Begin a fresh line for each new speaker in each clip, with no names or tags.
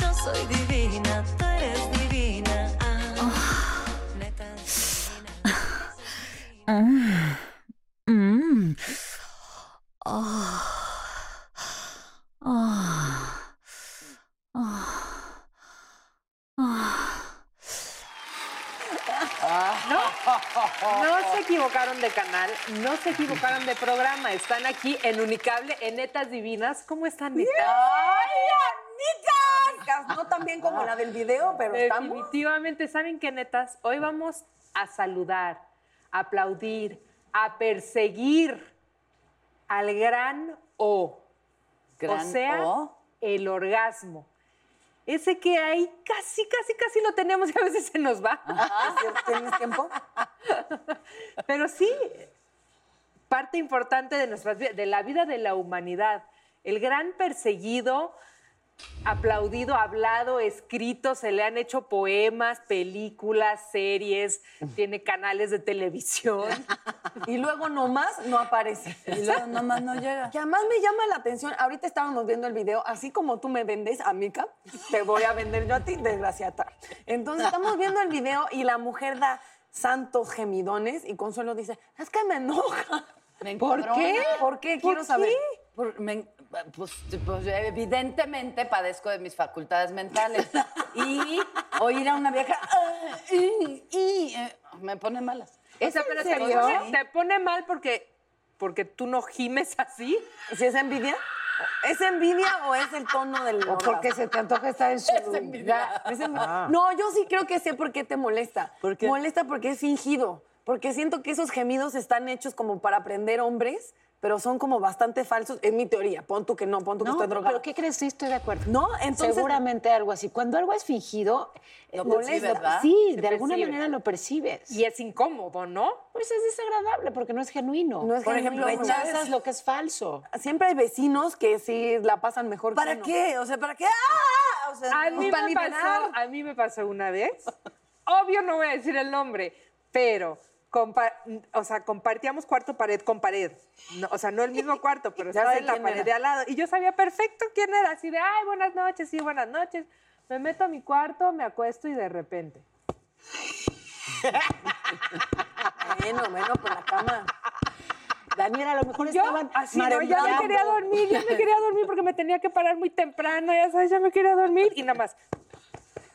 Yo soy divina, tú eres divina. Ah, neta
Mm. Oh. Oh. Oh. Oh.
No se equivocaron de canal, no se equivocaron de programa. Están aquí en Unicable, en Netas Divinas. ¿Cómo están, Netas?
¡Ay, amigas! No tan bien como la del video, pero estamos.
Definitivamente, ¿saben qué, Netas? Hoy vamos a saludar, a aplaudir, a perseguir al gran O.
Gran
o sea,
O.
el orgasmo. Ese que ahí casi, casi, casi lo tenemos y a veces se nos va.
Ah, ¿sí? ¿Tienes tiempo?
Pero sí, parte importante de, nuestras, vi- de la vida de la humanidad. El gran perseguido, aplaudido, hablado, escrito, se le han hecho poemas, películas, series, tiene canales de televisión.
Y luego nomás no aparece.
Y luego nomás no llega.
Que además me llama la atención, ahorita estábamos viendo el video, así como tú me vendes a Mica, te voy a vender yo a ti, desgraciata. Entonces estamos viendo el video y la mujer da santos gemidones y Consuelo dice, es que me enoja.
Me
¿Por
encabrona.
qué? ¿Por qué?
¿Por
Quiero saber.
qué?
Por- me- pues, pues, evidentemente padezco de mis facultades mentales. Y oír a una vieja "Ah, y, y", eh, me pone malas.
O sea, pero te
serio?
pone, te pone mal porque, porque tú no gimes así.
¿Si es envidia? ¿Es envidia o es el tono del
O porque se te antoja estar en su Ah.
Ya, ese no- No, yo sí creo que sé por qué te molesta.
¿Por qué?
Molesta porque es fingido. Porque siento que esos gemidos están hechos como para prender hombres, pero son como bastante falsos. Es mi teoría. Pon tú que no, pon tú que
No,
estoy drogada.
pero ¿qué crees? Sí, estoy de acuerdo.
No, entonces-
Seguramente algo así. Cuando algo es fingido,
Lo
eh,
percibes, ¿verdad?
Sí,
Se
de alguna
percibe.
manera lo percibes.
Y es incómodo, ¿no?
pues es desagradable porque no es genuino.
No es
Por ejemplo,
genuino. Rechazas
rechazas lo que es falso.
Siempre hay vecinos que sí la pasan mejor que
¿Para
uno.
qué? O sea, ¿para qué? ¡Ah! O sea,
pues,
A mí,
para
me pasó,
liberar.
a mí me pasó una vez. Obvio no voy a decir el nombre, pero compa- o sea, compartíamos cuarto pared con pared. No, o sea, no el mismo cuarto, pero
Ya
estaba
sé
en la
quién
pared
era.
de al lado. Y yo sabía perfecto quién era. Así de, ay, buenas noches, sí, buenas noches. Me meto a mi cuarto, me acuesto y de repente.
Bueno, bueno, por la cama.
Daniela, a lo mejor
Yo,
estaban
así, no, ya me
mareando.
quería dormir, ya me quería dormir porque me tenía que parar muy temprano, ya sabes, ya me quería dormir y nada más.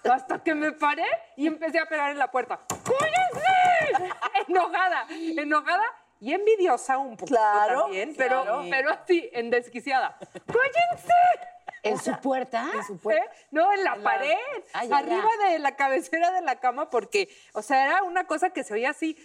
Hasta que me paré y empecé a pegar en la puerta. ¡Cúllense! Enojada, enojada y envidiosa un poco
Claro,
también, pero,
claro.
pero así, en desquiciada. ¡Cúllense!
En su puerta.
¿Eh? No, en la pared,
Ay, ya.
arriba de la cabecera de la cama, porque, o sea, era una cosa que se oía así.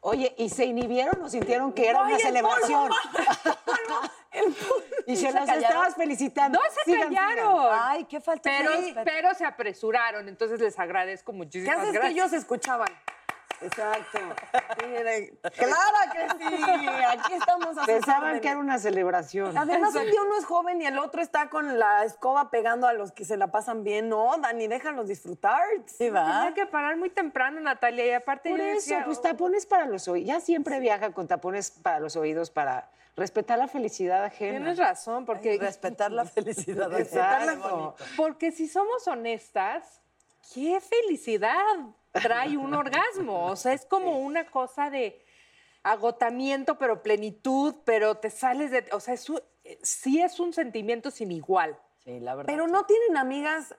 Oye, ¿y se inhibieron o sintieron que era
¡Ay,
una
el
celebración?
polvo! El polvo.
Y se los
callaron?
estabas felicitando.
No se
Sigan, sigan.
callaron.
Ay, qué falta de
pero,
respeto.
pero se apresuraron, entonces les agradezco
¿Qué
muchísimas
haces
gracias.
que ellos escuchaban? Exacto. Miren, Claro que sí. Aquí estamos a sus
Pensaban
órdenes.
que era una celebración.
Además, un día uno es joven y el otro está con la escoba pegando a los que se la pasan bien. No, Dani, déjalos disfrutar.
Sí, va.
Tenía que parar muy temprano, Natalia, y aparte
Por
yo
eso,
decía,
pues
"Oh".
tapones para los oídos. Ya siempre viaja con tapones para los oídos para respetar la felicidad ajena.
Tienes razón, porque,
Respetar la felicidad. de
Exacto.
cada bonito.
porque si somos honestas, qué felicidad trae un orgasmo. O sea, es como una cosa de agotamiento, pero plenitud, pero te sales de. O sea, es un- sí es un sentimiento sin igual.
Sí, la verdad.
Pero no tienen amigas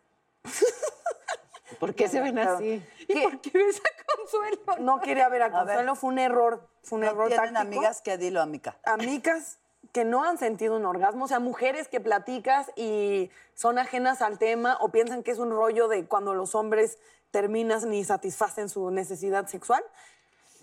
¿Por qué se ven así?
¿Y por qué ves a Consuelo?
No quería ver a Consuelo, fue un error, fue un error
Tienen
táctico.
amigas que dilo, amiga.
Amigas que no han sentido un orgasmo, o sea, mujeres que platicas y son ajenas al tema o piensan que es un rollo de cuando los hombres terminan ni satisfacen su necesidad sexual.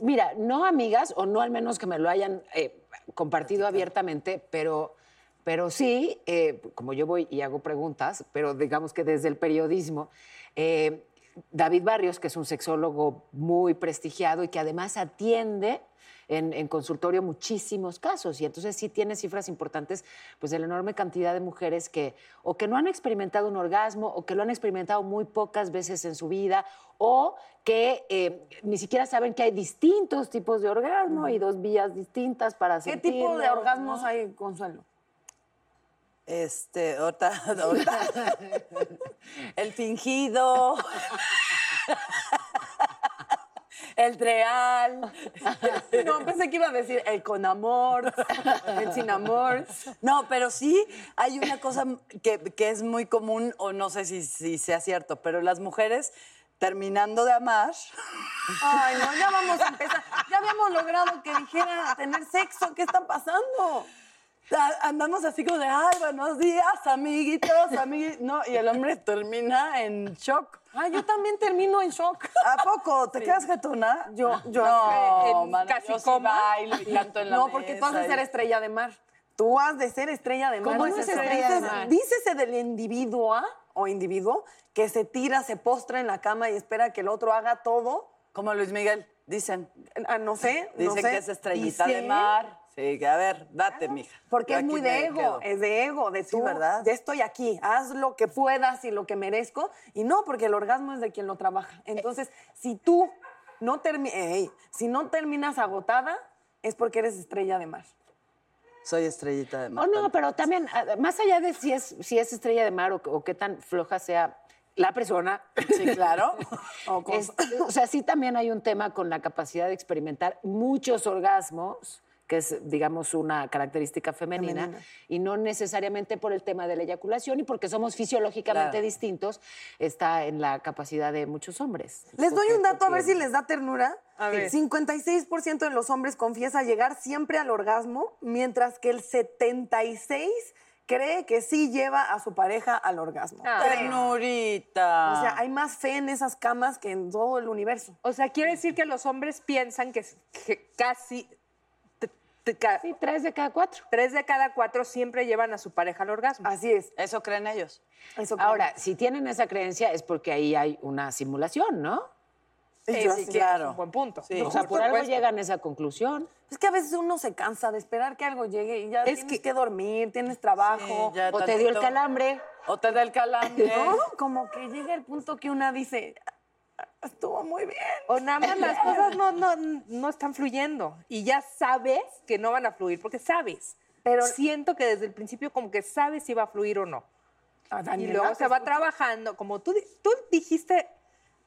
Mira, no amigas, o no al menos que me lo hayan eh, compartido abiertamente, pero, pero sí, eh, como yo voy y hago preguntas, pero digamos que desde el periodismo, eh, David Barrios, que es un sexólogo muy prestigiado y que además atiende en, en consultorio muchísimos casos. Y entonces sí tiene cifras importantes, pues de la enorme cantidad de mujeres que o que no han experimentado un orgasmo o que lo han experimentado muy pocas veces en su vida o que eh, ni siquiera saben que hay distintos tipos de orgasmo y dos vías distintas para
¿Qué
sentirlo,
tipo de
¿no?
orgasmos hay, Consuelo?
Este, ahorita, ahorita. el fingido, el real.
No, pensé que iba a decir el con amor, el sin amor.
No, pero sí hay una cosa que, que es muy común, o no sé si, si sea cierto, pero las mujeres terminando de amar,
Ay, no, ya vamos a empezar. Ya habíamos logrado que dijera tener sexo. ¿Qué está pasando?
a- andamos así como de, ay, buenos días, amiguitos, amiguitos. No, y el hombre termina en shock.
Ah,
Ay, yo también termino en shock.
¿A poco? ¿Te quedas gatona?
Yo- yo
no,
en
mano,
casi
yo sí
coma.
bailo y canto en la
No, porque tú has de
mesa
ser
y-
estrella de mar. Tú has de ser estrella de mar.
¿Cómo es estrella de mar?
Dícese del individuo o individuo que se tira, se postra en la cama y espera que el otro haga todo.
Como Luis Miguel, dicen.
Ah, no sé, no
Dicen
sé.
que es estrellita
Dice,
de mar. Sí, que a ver, date, mija.
Porque
Yo
es
aquí
muy
me
de ego,
quedo.
es de ego, de tú,
¿verdad?
ya estoy aquí, haz lo que puedas y lo que merezco. Y no, porque el orgasmo es de quien lo trabaja. Entonces, si tú no, termi- ey, si no terminas agotada, es porque eres estrella de mar.
Soy estrellita de mar.
Oh, no, pero también, a- más allá de si es, si es estrella de mar o, o qué tan floja sea la persona.
Sí, claro.
O con-
es- o sea, sí también hay un tema con la capacidad de experimentar muchos orgasmos, que es, digamos, una característica femenina,
Femenina.
y no necesariamente por el tema de la eyaculación y porque somos fisiológicamente
Claro.
distintos, está en la capacidad de muchos hombres.
Les doy un dato a ver si
Porque-
les da ternura.
A ver.
56% de los hombres confiesa llegar siempre al orgasmo, mientras que el 76% cree que sí lleva a su pareja al orgasmo.
Ah. Ternurita.
O
Ah.
sea, hay más fe en esas camas que en todo el universo.
O sea, quiere decir que los hombres piensan que, que casi te- te ca-
Sí, tres de cada cuatro.
tres de cada cuatro siempre llevan a su pareja al orgasmo.
Así es.
Eso creen ellos.
Eso creo.
Ahora, si tienen esa creencia es porque ahí hay una simulación, ¿no?
Y
Sí,
yo
sí,
así,
claro.
Un buen punto.
Sí.
O sea,
Por
por algo
supuesto.
llegan a esa conclusión.
Es que a veces uno se cansa de esperar que algo llegue y ya
Es
tienes que...
que-
dormir, tienes trabajo.
Sí, ya
O te dio el
tantito.
calambre.
O te da el calambre.
¿no? Como que llega el punto que una dice, "Ah, estuvo muy bien.
O nada más las cosas no, no, no están fluyendo. Y ya sabes que no van a fluir, porque sabes. Pero siento que desde el principio como que sabes si va a fluir o no.
Ah,
y
Daniela,
luego
te
se va trabajando. Como tú, di- tú dijiste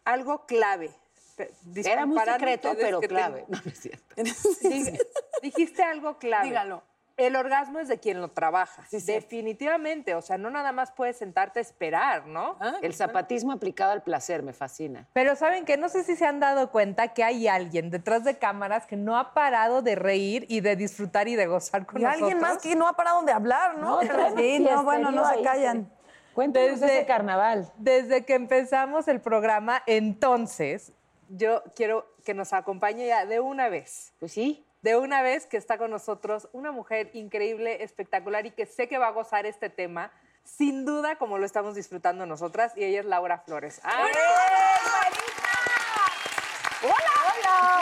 algo clave. Pe-
Era muy
disculparán
secreto,
ustedes
pero
que te-
clave. No, no es cierto.
Dig- dijiste algo clave.
Dígalo.
El orgasmo es de quien lo trabaja.
Sí, sí.
Definitivamente. O sea, no nada más puedes sentarte a esperar, ¿no?
El zapatismo aplicado al placer me fascina.
Pero saben que no sé si se han dado cuenta que hay alguien detrás de cámaras que no ha parado de reír y de disfrutar y de gozar con
Y alguien más
nosotros. este,
que no ha parado de hablar, ¿no?
Sí, no, bueno, no se callan. Cuéntanos
Desde-
ese carnaval.
Desde que empezamos el programa, entonces, yo quiero que nos acompañe ya de una vez.
Pues sí.
De una vez que está con nosotros una mujer increíble, espectacular y que sé que va a gozar este tema, sin duda como lo estamos disfrutando nosotras, y ella es Laura Flores. ¡Ay!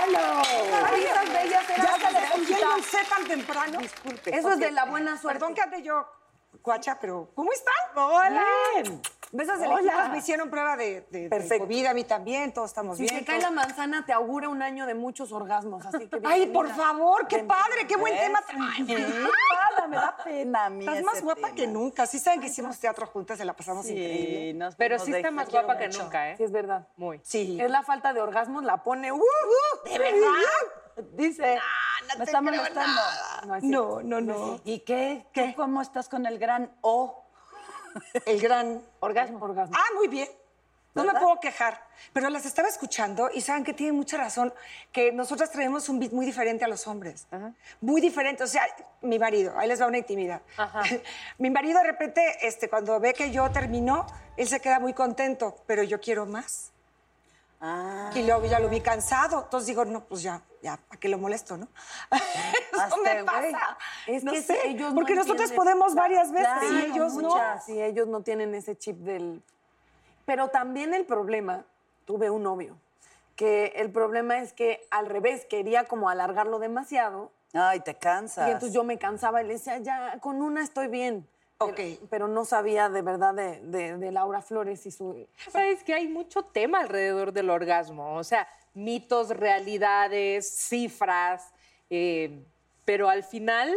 Esas bellas eran
Ya se les
las
puso
de Oquita.
el dulce tan temprano.
Disculpe.
Eso es de la buena suerte.
Perdón que ande yo, cuacha, pero ¿cómo están?
¡Hola!
Bien.
Besas de
Hola.
lejitos, me hicieron prueba de, de- de
Perfecto.
COVID, a mí también, todos estamos
Si
bien.
te cae la
todos-
manzana, te augura un año de muchos orgasmos. Así que
Ay, por
bienvenida.
favor, qué padre, qué buen
¿Ves?
tema. Ay,
Qué pala, me da pena a mí
Estás
ese
más guapa
tema.
que nunca. Sí saben que hicimos teatro juntas, se la pasamos
Sí,
increíble.
nos-
Pero
nos
sí está
deja-
más
te quiero
guapa que
mucho.
nunca, ¿eh?
Sí, es verdad.
Muy.
Sí.
Es la falta de orgasmos, la pone. ¡Uh!
¿De verdad?
Dice, me está molestando.
No, es cierto.
No, no, no.
¿Y qué? ¿Qué? ¿Cómo estás con el gran O?
El gran
Orgasmo. Orgasmo.
Ah, muy bien. No me puedo quejar, pero las estaba escuchando y saben que tienen mucha razón, que nosotras traemos un beat muy diferente a los hombres. Muy diferente. O sea, mi marido, ahí les va una intimidad. mi marido de repente, este, cuando ve que yo termino, él se queda muy contento, pero yo quiero más.
Ah.
Y luego ya lo vi cansado. Entonces digo, no, pues ya, ya, ¿para qué lo molesto, no? Eso me pasa.
Es
no
que
sé,
si ellos no
porque nosotros
entienden-
podemos varias veces
Claro,
y ellos no.
muchas, y ellos no tienen ese chip del... Pero también el problema, tuve un novio, que el problema es que al revés quería como alargarlo demasiado
Ay, te cansas.
y entonces yo me cansaba y le decía, ya, con una estoy bien. Pero-
Ok.
Pero, no sabía de verdad de, de- de Laura Flores y su...
Sabes que hay mucho tema alrededor del orgasmo, o sea, mitos, realidades, cifras, eh, pero al final,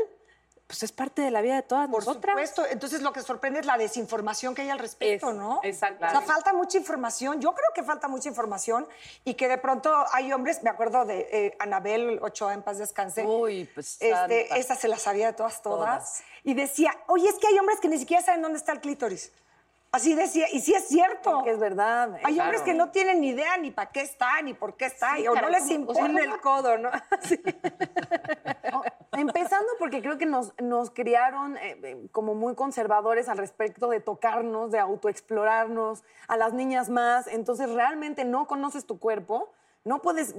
pues es parte de la vida de todas
Por
nosotras.
supuesto. Entonces lo que sorprende es la desinformación que hay al respecto,
Es-
¿no?
exactamente.
O sea, falta mucha información. Yo creo que falta mucha información y que de pronto hay hombres, me acuerdo de eh, Anabel Ochoa en paz descanse.
Uy, pues,
Este,
santa.
esa se la sabía de todas, todas,
Todas.
Y decía, oye, es que hay hombres que ni siquiera saben dónde está el clítoris. Así decía, y sí es cierto.
Que es verdad.
Hay hombres que no tienen ni idea ni para qué está, ni por qué está, y- o no les imponen el codo, ¿no? Sí.
Oh, Empezando porque creo que nos, nos criaron eh, eh, como muy conservadores al respecto de tocarnos, de autoexplorarnos, a las niñas más. Entonces realmente no conoces tu cuerpo, no puedes,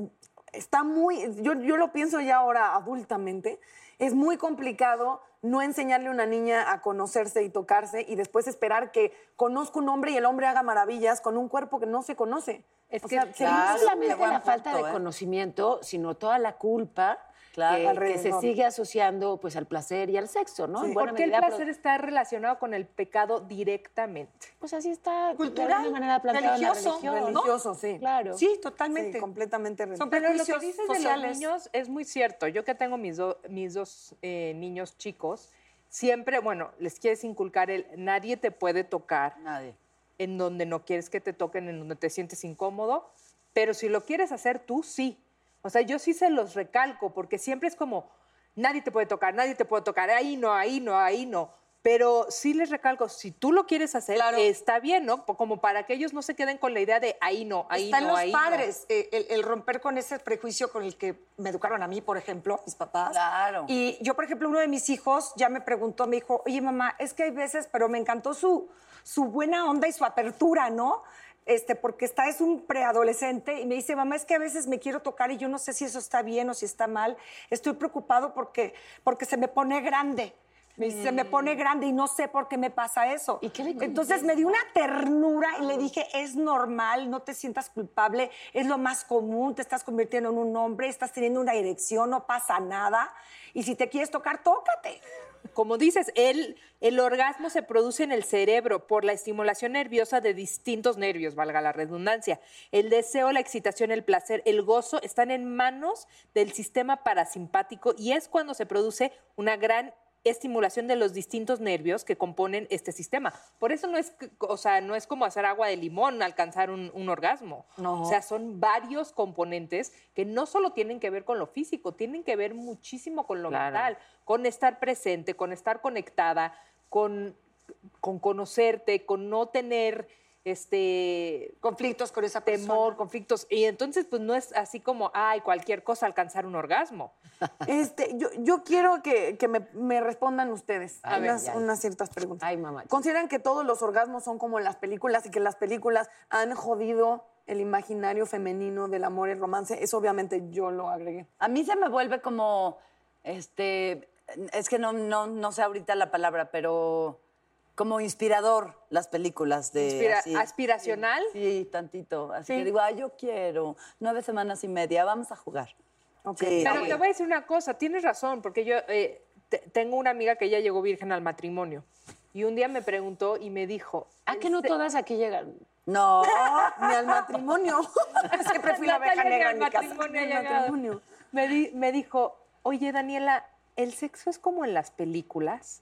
está muy, yo, yo lo pienso ya ahora adultamente, es muy complicado no enseñarle a una niña a conocerse y tocarse y después esperar que conozca un hombre y el hombre haga maravillas con un cuerpo que no se conoce.
Es
O
que,
sea,
no
seguimos-
solamente
buen
la falta
punto,
de
¿eh?
conocimiento, sino toda la culpa
Claro,
que- que, se
alrededor.
sigue asociando pues al placer y al sexo, ¿no? En buena
Porque el
medida, pero-
placer está relacionado con el pecado directamente.
pues así está de
Cultural,
alguna manera planteado
religioso,
en la religión, ¿no?
religioso, sí.
Claro.
Sí, totalmente.
Sí, completamente
Son
Pero lo que
prejuicios
dices
sociales.
de los niños es muy cierto. Yo que tengo mis, do- mis dos eh, niños chicos, siempre, bueno, les quieres inculcar el nadie te puede tocar.
Nadie.
en donde no quieres que te toquen, en donde te sientes incómodo, pero si lo quieres hacer tú, sí. O sea, yo sí se los recalco, porque siempre es como, nadie te puede tocar, nadie te puede tocar, ahí no, ahí no, ahí no. Pero sí les recalco, si tú lo quieres hacer, está bien, ¿no? Po- Como para que ellos no se queden con la idea de ahí no, ahí
Están
no,
los
ahí no".
padres, eh, el, el romper con ese prejuicio con el que me educaron a mí, por ejemplo, mis papás.
Claro.
Y yo, por ejemplo, uno de mis hijos ya me preguntó, me dijo, oye mamá, es que hay veces, pero me encantó su, su buena onda y su apertura, ¿no? Este, porque está, es un preadolescente y me dice, mamá, es que a veces me quiero tocar y yo no sé si eso está bien o si está mal. Estoy preocupado porque, porque se me pone grande. Me dice, se me pone grande y no sé por qué me pasa eso.
¿Y qué le
Entonces me dio una ternura y le dije, es normal, no te sientas culpable, es lo más común, te estás convirtiendo en un hombre, estás teniendo una erección, no pasa nada. Y si te quieres tocar, tócate.
Como dices, el, el orgasmo se produce en el cerebro por la estimulación nerviosa de distintos nervios, valga la redundancia. El deseo, la excitación, el placer, el gozo están en manos del sistema parasimpático y es cuando se produce una gran estimulación de los distintos nervios que componen este sistema. Por eso no es, c- o sea, no es como hacer agua de limón, alcanzar un, un orgasmo. O sea, son varios componentes que no solo tienen que ver con lo físico, tienen que ver muchísimo con lo mental, con estar presente, con estar conectada, con, con conocerte, con no tener este
Conflictos con esa persona.
temor, conflictos. Y entonces, pues no es así como, ay, cualquier cosa alcanzar un orgasmo.
Este, yo, yo quiero que, que me, me respondan ustedes
A ver,
unas,
ya.
unas ciertas preguntas.
Ay, mamá.
¿Consideran que todos los orgasmos son como en las películas y que las películas han jodido el imaginario femenino del amor y el romance? Eso obviamente yo lo agregué.
A mí se me vuelve como, este, es que no, no, no sé ahorita la palabra, pero como inspirador las películas de...
Inspira-
así.
¿aspiracional?
Sí, sí, tantito. Así que digo, ay, yo quiero nueve semanas y media, vamos a jugar. Sí,
Pero
sí.
te voy a decir una cosa, tienes razón, porque yo eh, te- tengo una amiga que ya llegó virgen al matrimonio y un día me preguntó y me dijo,
¿A que no todas aquí llegan?
No,
Ni al matrimonio. Siempre fui la abeja
Natalia
negra
ni
en
al
mi casa.
matrimonio
Ni
ha
al
llegado.
matrimonio.
Me, di- me dijo, oye Daniela, ¿el sexo es como en las películas?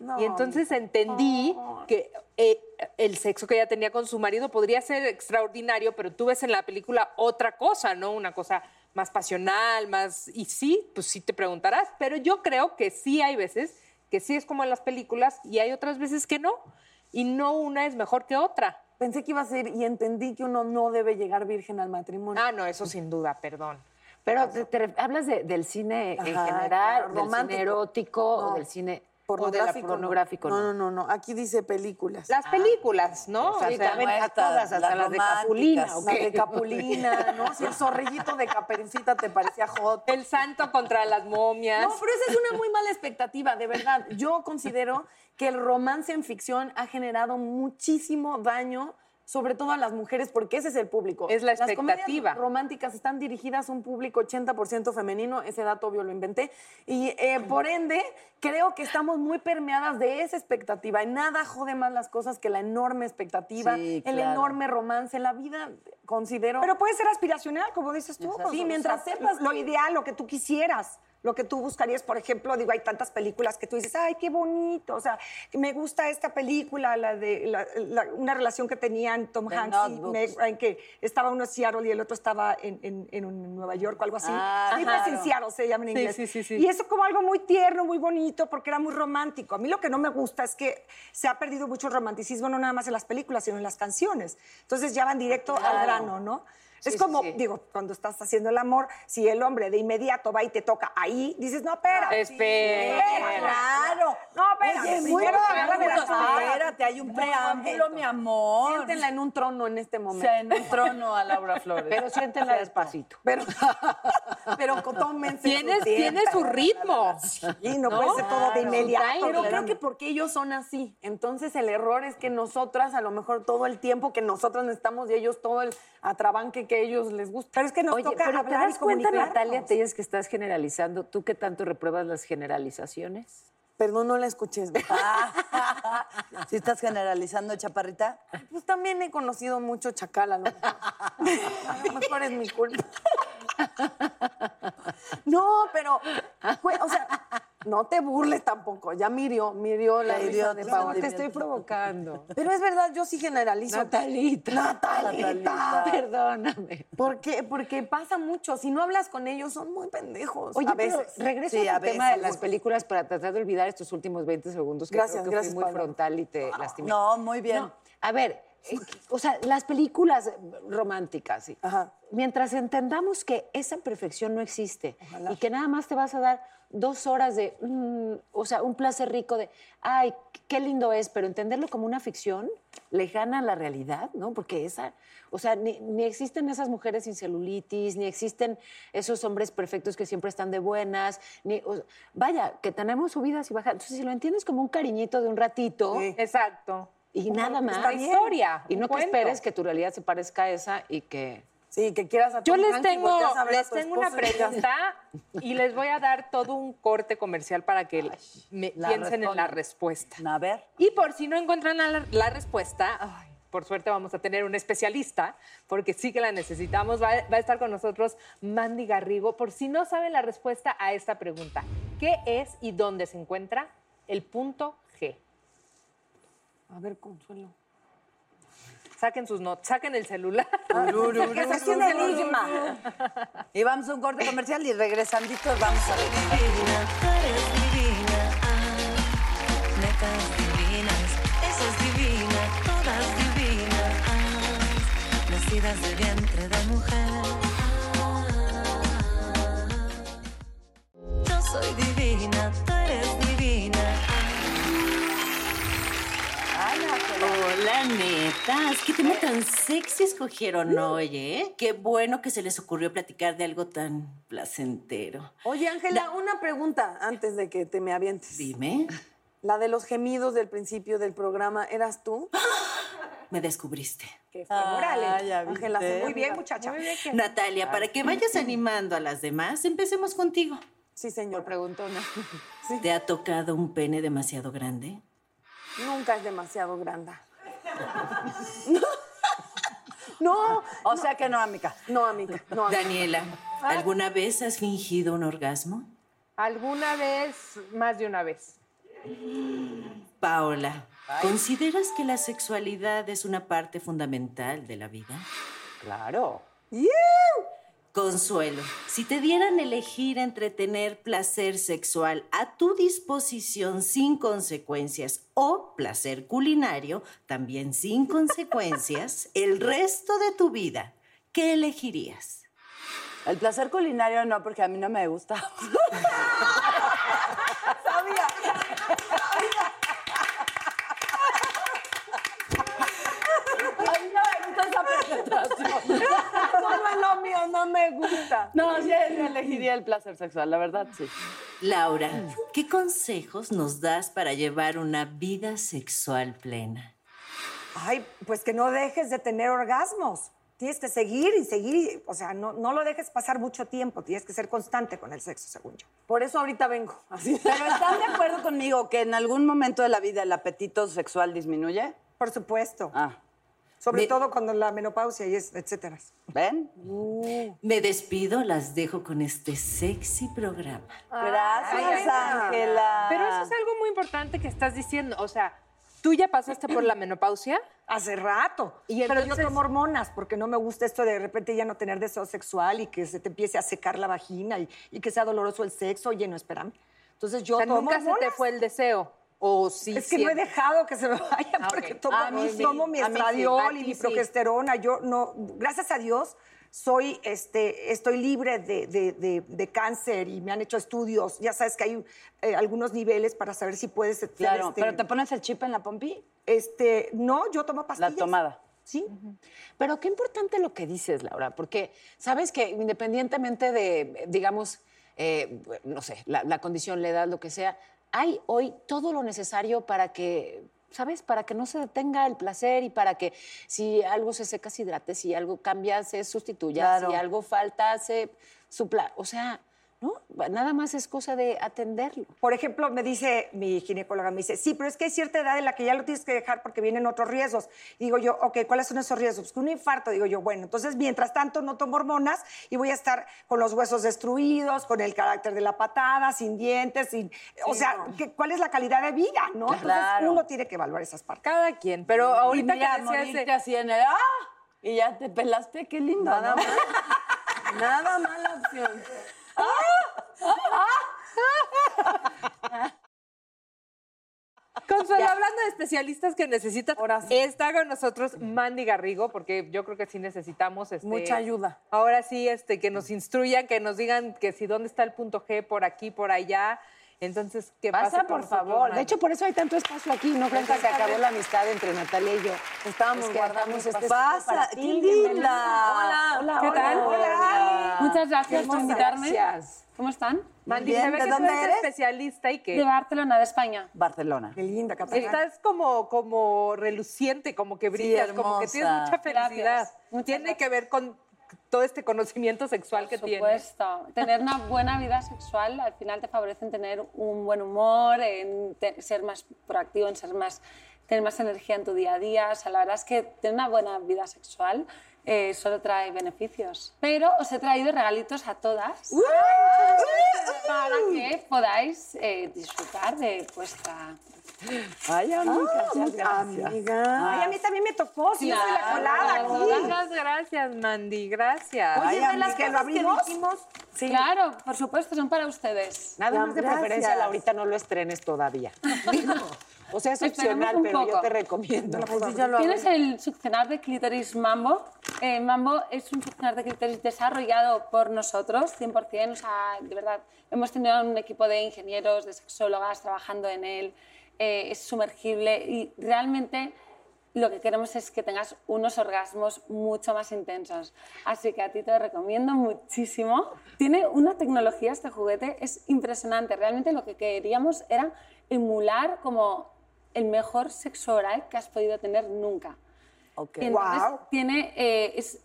No, y entonces entendí que eh, el sexo que ella tenía con su marido podría ser extraordinario, pero tú ves en la película otra cosa, ¿no? Una cosa más pasional, más... Y sí, pues sí te preguntarás, pero yo creo que sí hay veces que sí es como en las películas y hay otras veces que no, y no una es mejor que otra.
Pensé que iba a ser y entendí que uno no debe llegar virgen al matrimonio.
Ah, no, eso sin duda, perdón.
Pero te, te hablas de, del cine Ajá, en general, claro, del romántico. cine erótico no. o del cine pornográfico. pornográfico Ah.
no. no. no, no, Aquí dice películas.
Las películas, ¿no?
O sea, sí, también a todas, hasta las, las de Capulina. Okay. Las de Capulina, ¿no? Si el zorrillito de Caperucita te parecía hot.
El santo contra las momias.
No, pero esa es una muy mala expectativa, de verdad. Yo considero que el romance en ficción ha generado muchísimo daño sobre todo a las mujeres, porque ese es el público.
Es la expectativa.
Las románticas están dirigidas a un público 80% femenino, ese dato obvio lo inventé, y eh, por ende creo que estamos muy permeadas de esa expectativa, y nada jode más las cosas que la enorme expectativa, sí, el claro. enorme romance, la vida considero...
Pero puede ser aspiracional, como dices tú.
Sí, mientras sepas...
Lo ideal, lo que tú quisieras lo que tú buscarías, por ejemplo, digo, hay tantas películas que tú dices, ay, qué bonito, o sea, me gusta esta película, la de la, la, una relación que tenían Tom The Hanks y Meg Ryan, que estaba uno en Seattle y el otro estaba en, en, en Nueva York o algo así. Ah, claro. en Seattle se llama en inglés.
Sí, sí, sí,
y eso como algo muy tierno, muy bonito, porque era muy romántico. A mí lo que no me gusta es que se ha perdido mucho el romanticismo, no nada más en las películas, sino en las canciones. Entonces ya van directo claro. al grano, ¿no? Es sí, como, sí, sí. digo, cuando estás haciendo el amor, si el hombre de inmediato va y te toca ahí, dices, no, espera.
Espera.
Claro. No, espera.
Oye, muy bueno, espérate, hay un preámbulo, mi amor.
Siéntenla en un trono en este momento.
O sea, en un trono a Laura Flores.
Pero siéntenla despacito.
Pero, pero tómense
¿Tienes, su tiempo, Tiene su ritmo.
Y no, no, puede ser todo de inmediato.
Pero claro. creo que porque ellos son así. Entonces, el error es que nosotras, a lo mejor todo el tiempo que nosotras necesitamos y ellos todo el atrabanque que a ellos les gusta.
Pero es que nos Oye, toca
pero
hablar
¿te das cuenta, Natalia Telles, que estás generalizando? ¿Tú qué tanto repruebas las generalizaciones? Ah,
Perdón, no la escuches.
¿Sí estás generalizando, chaparrita?
Pues también he conocido mucho chacal a lo mejor. A lo mejor es mi culpa. No, pero, o sea, no te burles tampoco. Ya mirió, mirió la idea de Paola.
No, te estoy provocando.
Pero es verdad, yo sí generalizo.
Natalita.
Natalita. Natalita.
Perdóname.
¿Por qué? Porque pasa mucho. Si no hablas con ellos, son muy pendejos.
Oye, a veces. Pero regreso sí, al tema veces. de las películas para tratar de olvidar estos últimos 20 segundos que
gracias,
creo que
gracias,
fui muy
Pablo.
frontal y te lastimé.
No, muy bien. No,
a ver, eh, o sea, las películas románticas, sí. Ajá. mientras entendamos que esa perfección no existe Ojalá. y que nada más te vas a dar dos horas de, mm, o sea, un placer rico de, ay, qué lindo es, pero entenderlo como una ficción lejana a la realidad, ¿no? Porque esa, o sea, ni, ni, existen esas mujeres sin celulitis, ni existen esos hombres perfectos que siempre están de buenas, ni, o sea, vaya, que tenemos subidas y bajadas. Entonces, si lo entiendes como un cariñito de un ratito.
Sí. Exacto
y nada más.
La historia.
Y no cuento. te esperes que tu realidad se parezca a esa y que.
Sí, que quieras a
Yo les tengo, a les tengo una pregunta Ah, y les voy a dar todo un corte comercial para que Ay, me piensen responde. en la respuesta.
A ver.
Y por si no encuentran la, la respuesta. Ay, por suerte vamos a tener un especialista, porque sí que la necesitamos. Va, va a estar con nosotros Mandy Garrigo, por si no saben la respuesta a esta pregunta. ¿Qué es y dónde se encuentra el punto G?
A ver, Consuelo.
Saquen sus notas, saquen el celular.
es un enigma.
Y vamos a un corte comercial y regresanditos vamos a ver.
Divina, tú eres divina. Ah, netas divinas, eso es divina, todas divinas. Ah, nací Nacidas de vientre de mujer. Ah, Yo soy divina, tú eres divina.
Hola, netas. Qué tema tan sexy escogieron hoy, ¿eh? Qué bueno que se les ocurrió platicar de algo tan placentero.
Oye, Ángela, una pregunta antes de que te me avientes.
Dime.
La de los gemidos del principio del programa, ¿eras tú?
Me descubriste.
Qué fue, órale. Ángela, muy bien, muchacha.
Natalia, para que vayas animando a las demás, empecemos contigo.
Sí, señor. Preguntona.
¿Te ha tocado un pene demasiado grande?
Nunca es demasiado grande.
No. O sea que no, amiga.
No, amiga. No, amiga.
Daniela,
Ah.
¿alguna vez has fingido un orgasmo?
Alguna vez, más de una vez.
Paola, ¿consideras que la sexualidad es una parte fundamental de la vida?
Claro.
Consuelo, si te dieran elegir entre tener placer sexual a tu disposición sin consecuencias o placer culinario también sin consecuencias el resto de tu vida, ¿qué elegirías?
El placer culinario no, porque a mí no me gusta.
Sabía.
A mí no me gusta esa presentación.
Solo es lo mío, no me gusta.
No, sí, elegiría el placer sexual, la verdad, sí.
Laura, ¿qué consejos nos das para llevar una vida sexual plena?
Ay, pues que no dejes de tener orgasmos. Tienes que seguir y seguir, y- o sea, no, no lo dejes pasar mucho tiempo, tienes que ser constante con el sexo, según yo.
Por eso ahorita vengo. Así.
Pero ¿están de acuerdo conmigo que en algún momento de la vida el apetito sexual disminuye?
Por supuesto.
Ah.
Sobre
Mi-
todo cuando la menopausia y es, etcétera.
¿Ven?
Me despido, las dejo con este sexy programa.
Gracias,
Ángela.
Ángela.
Pero eso es algo muy importante que estás diciendo. O sea, ¿tú ya pasaste por la menopausia?
Hace rato.
Y
Pero yo
entonces-
tomo hormonas porque no me gusta esto de repente ya no tener deseo sexual y que se te empiece a secar la vagina y, y que sea doloroso el sexo. Oye, no, espérame. Entonces yo
O sea,
tomo
nunca se te
hormonas.
fue el deseo. O sí.
Es que no he
siempre?
dejado que se me vaya
Ah,
porque
ok.
tomo,
A mí sí,
tomo mi
Ah,
a mí sí, a
estradiol
ti
y mi
sí.
progesterona. Yo no, gracias a Dios, soy, este, estoy libre de, de- de- de cáncer y me han hecho estudios. Ya sabes que hay eh, algunos niveles para saber si puedes. ser,
Claro,
este,
pero ¿te pones el chip en la pompi?
este, no, yo tomo pastillas.
tomada.
Sí.
Pero qué importante lo que dices, Laura, porque sabes que independientemente de, digamos, eh, no sé, la, la condición, la edad, lo que sea, hay hoy todo lo necesario para que, ¿sabes? Para que no se detenga el placer y para que si algo se seca, se hidrate, si algo cambia, se sustituya,
Claro.
si algo falta, se supla. O sea, ¿no? Nada más es cosa de atenderlo.
Por ejemplo, me dice mi ginecóloga, me dice, sí, pero es que hay cierta edad en la que ya lo tienes que dejar porque vienen otros riesgos. Y digo yo, ok, ¿cuáles son esos riesgos? Pues que un infarto, digo yo, bueno, entonces mientras tanto no tomo hormonas y voy a estar con los huesos destruidos, con el carácter de la patada, sin dientes, sin... o
Sí,
sea,
no.
¿qué- ¿cuál es la calidad de vida? ¿no? Entonces
Claro.
uno tiene que evaluar esas partes.
Cada quien. Pero ahorita
y mira,
que decías,
morirte así en el ¡ah! Y ya te pelaste, qué lindo,
Nada
¿no?
mal. Nada mala opción.
Ah,
Consuelo, hablando de especialistas que necesitas, está con nosotros Mandy Garrigo, porque yo creo que sí necesitamos este,
Mucha ayuda.
Ahora sí, este, que nos instruyan, que nos digan que si dónde está el punto G, por aquí, por allá. Entonces, que pase
Pasa,
con
por
nosotros,
favor.
Mandy.
De hecho, por eso hay tanto espacio aquí. No crean que se acabó la amistad entre Natalia y yo.
Estábamos
Es que
guardando
dejamos este
espacio.
espacio
Pasa,
para
qué
ti.
linda.
Hola.
¿Qué tal?
Hola.
Muchas gracias
Qué
por
hermosa.
invitarme.
Gracias.
¿Cómo están?
Mandy, se ve que tú eres especialista y que
De Barcelona, de España.
Barcelona.
Qué linda, capaz.
estás como, como reluciente, como que brillas, como que tienes
hermosa.
mucha felicidad. Tiene que ver con todo este conocimiento sexual que
Por
tienes.
supuesto. Tener una buena vida sexual al final te favorece en tener un buen humor, en te- ser más proactivo, en ser más, tener más energía en tu día a día. O sea, la verdad es que tener una buena vida sexual eh, solo trae beneficios. Pero os he traído regalitos a todas para que podáis eh, disfrutar de vuestra
Ay, amiga, muchas gracias. Ah.
Amiga. Ah, Ay, a mí también me tocó. Sí, yo soy la colada
Claro.
aquí.
Muchas gracias, Mandy. Gracias.
Oye,
Ay,
de las que lo abrimos.
Claro, por supuesto, son para ustedes.
Nada más de preferencia, Laurita, no lo estrenes todavía. o sea, es
Esperemos
opcional,
un
pero pues yo
poco.
te recomiendo.
¿Tienes el succionar de clítoris mambo? Eh, Mambo es un funcionar de criterios desarrollado por nosotros, 100%. O sea, de verdad, hemos tenido un equipo de ingenieros, de sexólogas trabajando en él. eh, es sumergible y realmente lo que queremos es que tengas unos orgasmos mucho más intensos. Así que a ti te recomiendo muchísimo. Tiene una tecnología este juguete, es impresionante. Realmente lo que queríamos era emular como el mejor sexo oral que has podido tener nunca.
Ok.
Y entonces tiene, eh, es-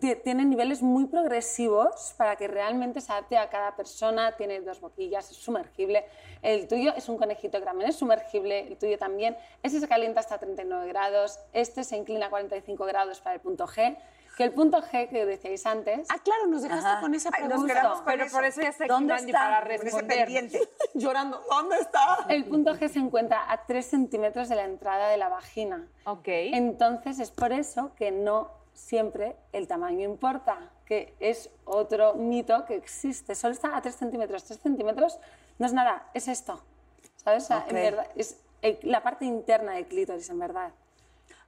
ti- tiene niveles muy progresivos para que realmente se adapte a cada persona. Tiene dos boquillas, es sumergible. El tuyo es un conejito que también es sumergible, el tuyo también. Este se calienta hasta 39 grados, este se inclina a 45 grados para el punto G. Que el punto G que decíais antes. Ah,
claro, nos
dejaste con esa Ay, nos pregunta. quedamos con
Pero por eso ya está aquí Mandy para responder.
Llorando, ¿dónde está?
El punto G se encuentra a 3 centímetros de la entrada de la vagina.
Ok.
Entonces es por eso que no siempre el tamaño importa, que es otro mito que existe. Solo está a 3 centímetros. 3 centímetros no es nada, es esto. ¿Sabes? O sea, en
Ok.
verdad, es el- la parte interna del clítoris, en verdad.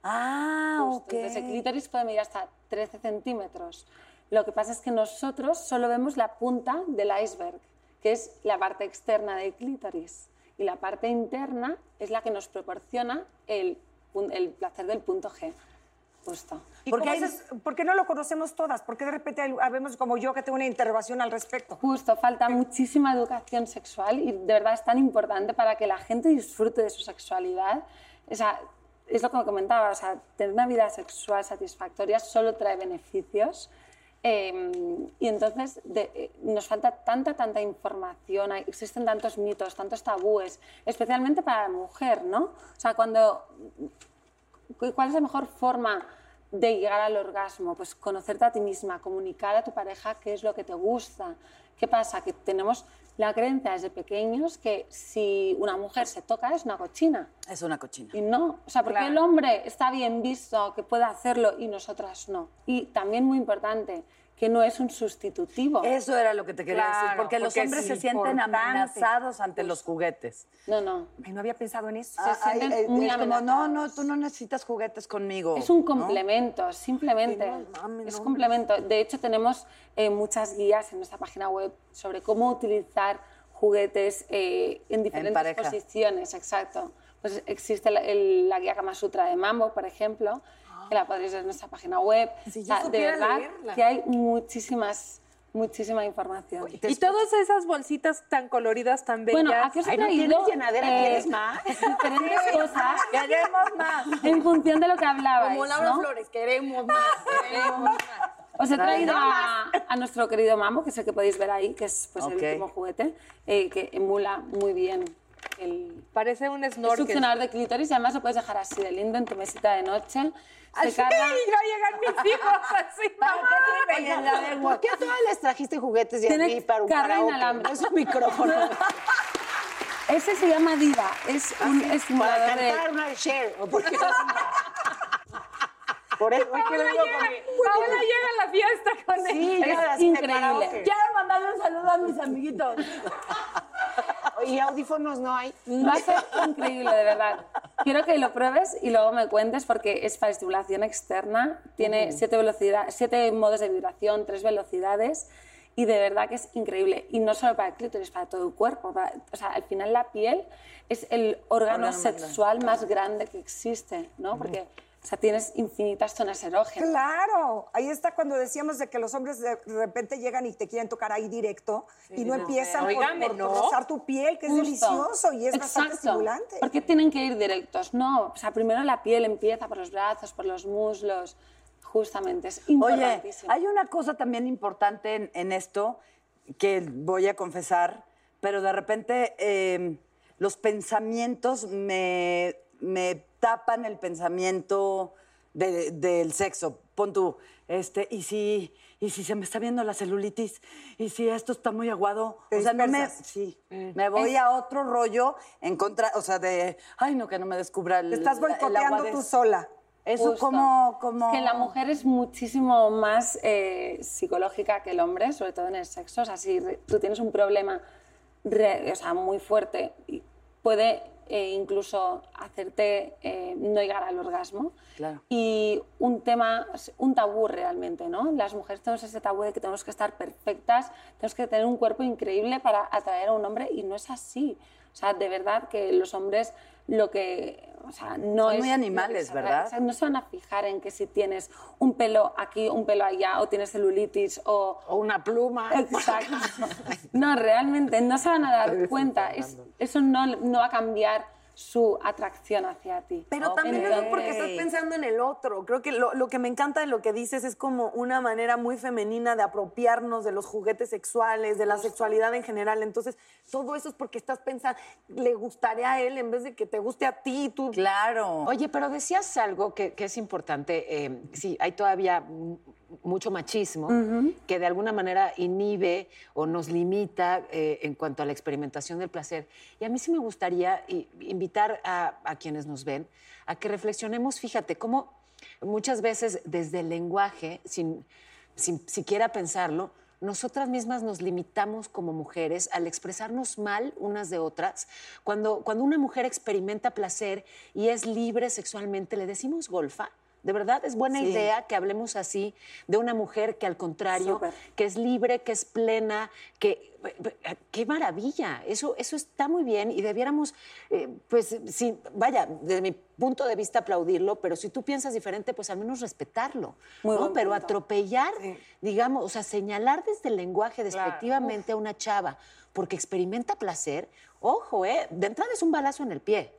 Ah,
Justo.
ok.
Entonces el clítoris puede medir hasta 13 centímetros. Lo que pasa es que nosotros solo vemos la punta del iceberg, que es la parte externa del clítoris. Y la parte interna es la que nos proporciona el, pun- el placer del punto G. Justo.
¿Y cómo haces- ¿Por qué no lo conocemos todas? ¿Por qué de repente hay- habemos como yo que tengo una interrogación al respecto? Eh,
Justo, falta muchísima educación sexual y de verdad es tan importante para que la gente disfrute de su sexualidad. O sea, es lo que comentaba, o sea, tener una vida sexual satisfactoria solo trae beneficios. Eh, y entonces de- eh, nos falta tanta, tanta información, hay- existen tantos mitos, tantos tabúes, especialmente para la mujer, ¿no? O sea, cuando ¿Cu- ¿Cuál es la mejor forma de llegar al orgasmo? Pues conocerte a ti misma, comunicar a tu pareja qué es lo que te gusta. ¿Qué pasa? Que tenemos la creencia desde pequeños que si una mujer se toca es una cochina.
Es una cochina.
Y no, o sea, porque
Claro.
el hombre está bien visto que pueda hacerlo y nosotras no. Y también muy importante, que no es un sustitutivo.
Eso era lo que te quería decir, porque, los hombres se sienten amenazados ante los juguetes.
No, no.
Ay, no había pensado en eso.
Ah, ay, eh, es como, no,
amenazados.
no, tú no necesitas juguetes conmigo.
Es un
¿no?
complemento, simplemente. es complemento. De hecho, tenemos eh, muchas guías en nuestra página web sobre cómo utilizar juguetes eh, en diferentes
pareja.
posiciones. Exacto. Pues existe la, el- la guía Kama Sutra de Mambo, por ejemplo, que la podréis ver en nuestra página web.
Si
O
yo
sea, de
supiera
verdad
leerla.
que hay muchísimas, muchísima información.
Y todas esas bolsitas tan coloridas, tan bellas.
Bueno, ¿a qué os he traído? Eh, Diferentes
Sí.
cosas.
Queremos más.
En función de lo que hablabais,
Como Laura
¿no?
Flores, queremos más, queremos más.
Os he
Dale,
traído
no
a, a nuestro querido Mambo, que es el que podéis ver ahí, que es pues,
Ok.
el último juguete, eh, que emula muy bien el,
Parece un
el
snorkel.
succionador de clítoris y además lo puedes dejar así de lindo en tu mesita de noche.
Así, y no llegan mis hijos así.
¿Por qué a todas Ah, les trajiste juguetes y a
Tiene
mí para un
carga
karaoke?
inalámbrica.
Es un micrófono.
Ese se llama Diva, es un
Ah, para
estimulador de...
cantar una share. ¿o por qué? Por eso es que lo
Paola
digo
llega,
porque-
Paola llega a la fiesta con él.
Sí, ya las-
es increíble.
karaoke.
Quiero mandarle un saludo a mis amiguitos.
Y audífonos no hay.
Va a ser increíble, de verdad. Quiero que lo pruebes y luego me cuentes porque es para estimulación externa. Tiene siete, velocidad, siete modos de vibración, tres velocidades y de verdad que es increíble. Y no solo para el clítoris, para todo el cuerpo. para- o sea, al final la piel es el órgano
Órgano más grande.
sexual más grande que existe, ¿no? Porque o sea, tienes infinitas zonas erógenas.
Claro, ahí está cuando decíamos de que los hombres de repente llegan y te quieren tocar ahí directo y no
no.
empiezan
Óigame,
por, por
¿no?
rozar tu piel, que es
Justo.
delicioso y es bastante
Exacto.
estimulante.
¿Por qué tienen que ir directos? No, o sea, primero la piel empieza por los brazos, por los muslos, justamente, es
Oye,
importantísimo.
hay una cosa también importante en, en esto que voy a confesar, pero de repente eh, los pensamientos me, me tapan el pensamiento de- del sexo. Pon tú, este, y si, y si se me está viendo la celulitis, y si esto está muy aguado,
Te
o sea, no me,
dispersas.
sí, me voy a otro rollo en contra, o sea, de, ay, no, que no me descubra el
Te estás
el agua
boicoteando
de-
tú sola.
Eso
Justo.
como, como...
Es que la mujer es muchísimo más eh, psicológica que el hombre, sobre todo en el sexo. O sea, si re- tú tienes un problema re- o sea, muy fuerte, y puede e incluso hacerte eh, no llegar al orgasmo.
Claro.
Y un tema, un tabú realmente, ¿no? Las mujeres tenemos ese tabú de que tenemos que estar perfectas, tenemos que tener un cuerpo increíble para atraer a un hombre y no es así. O sea, de verdad que los hombres lo que... O sea, no
Son
es,
muy animales,
no es-
¿verdad?
o sea, no se van a fijar en que si tienes un pelo aquí, un pelo allá, o tienes celulitis, o...
una pluma.
Exacto. No, realmente no se van a dar cuenta. Es- eso no, no va a cambiar su atracción hacia ti.
Pero también es porque estás pensando en el otro. Creo que lo, lo que me encanta de lo que dices es como una manera muy femenina de apropiarnos de los juguetes sexuales, de la sexualidad en general. Entonces, todo eso es porque estás pensando, le gustaría a él en vez de que te guste a ti. y Tú...
Claro.
Oye, pero decías algo que, que es importante. eh, sí, hay todavía mu- mucho machismo que de alguna manera inhibe o nos limita eh, en cuanto a la experimentación del placer. Y a mí sí me gustaría i- invitar a, a quienes nos ven a que reflexionemos, fíjate, cómo muchas veces desde el lenguaje, sin, sin siquiera pensarlo, nosotras mismas nos limitamos como mujeres al expresarnos mal unas de otras. Cuando, cuando una mujer experimenta placer y es libre sexualmente, le decimos golfa. De verdad es buena
Sí.
idea que hablemos así de una mujer que al contrario,
Súper.
que es libre, que es plena, que qué maravilla. Eso, eso está muy bien y debiéramos, eh, pues sí, vaya, desde mi punto de vista aplaudirlo, pero si tú piensas diferente, pues al menos respetarlo.
Muy
¿no?
buen
Pero
punto.
atropellar, digamos, o sea, señalar desde el lenguaje despectivamente a una chava porque experimenta placer, ojo, eh, de entrada es un balazo en el pie.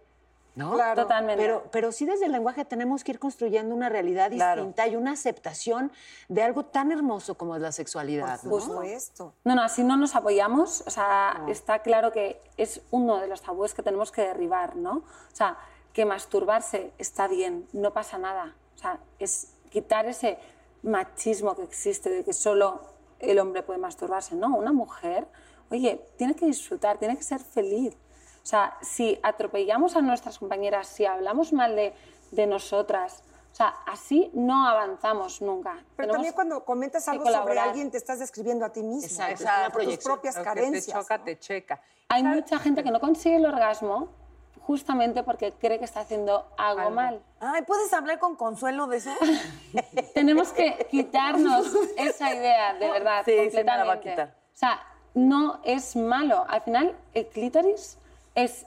¿no?
Claro. Totalmente.
Pero, pero sí desde el lenguaje tenemos que ir construyendo una realidad
Claro.
distinta y una aceptación de algo tan hermoso como es la sexualidad. ¿no?
esto.
No, no, si no nos apoyamos, o sea,
Ah.
está claro que es uno de los tabúes que tenemos que derribar, ¿no? O sea, que masturbarse está bien, no pasa nada. O sea, es quitar ese machismo que existe de que solo el hombre puede masturbarse. No, una mujer, oye, tiene que disfrutar, tiene que ser feliz. O sea, si atropellamos a nuestras compañeras, si hablamos mal de, de nosotras, o sea, así no avanzamos nunca.
Pero
Tenemos
también cuando comentas
que
algo sobre
colaborar.
alguien, te estás describiendo a ti mismo.
Exacto,
o sea,
es una
tus
proyección.
propias
Lo que Te
carencias.
choca, te checa.
Hay mucha gente que no consigue el orgasmo justamente porque cree que está haciendo algo,
Algo.
mal.
Ay, ¿puedes hablar con consuelo de eso?
Tenemos que quitarnos esa idea, de verdad,
Sí, sí,
completamente.
me la va a quitar.
O sea, no es malo. Al final, el clítoris es,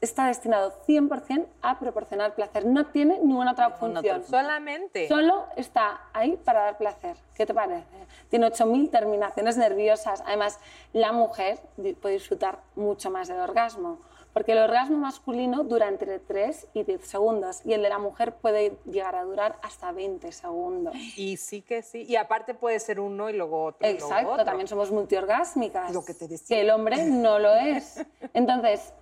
está destinado 100% a proporcionar placer. No tiene ninguna otra función.
Solamente.
Solo está ahí para dar placer. ¿Qué te parece? Tiene 8.000 terminaciones nerviosas. Además, la mujer di- puede disfrutar mucho más del orgasmo. Porque el orgasmo masculino dura entre 3 y 10 segundos y el de la mujer puede llegar a durar hasta 20 segundos.
Y sí que sí. Y aparte puede ser uno y luego otro. y luego
Exacto,
otro.
también somos multiorgásmicas.
Lo que te decía.
Que el hombre no lo es. Entonces,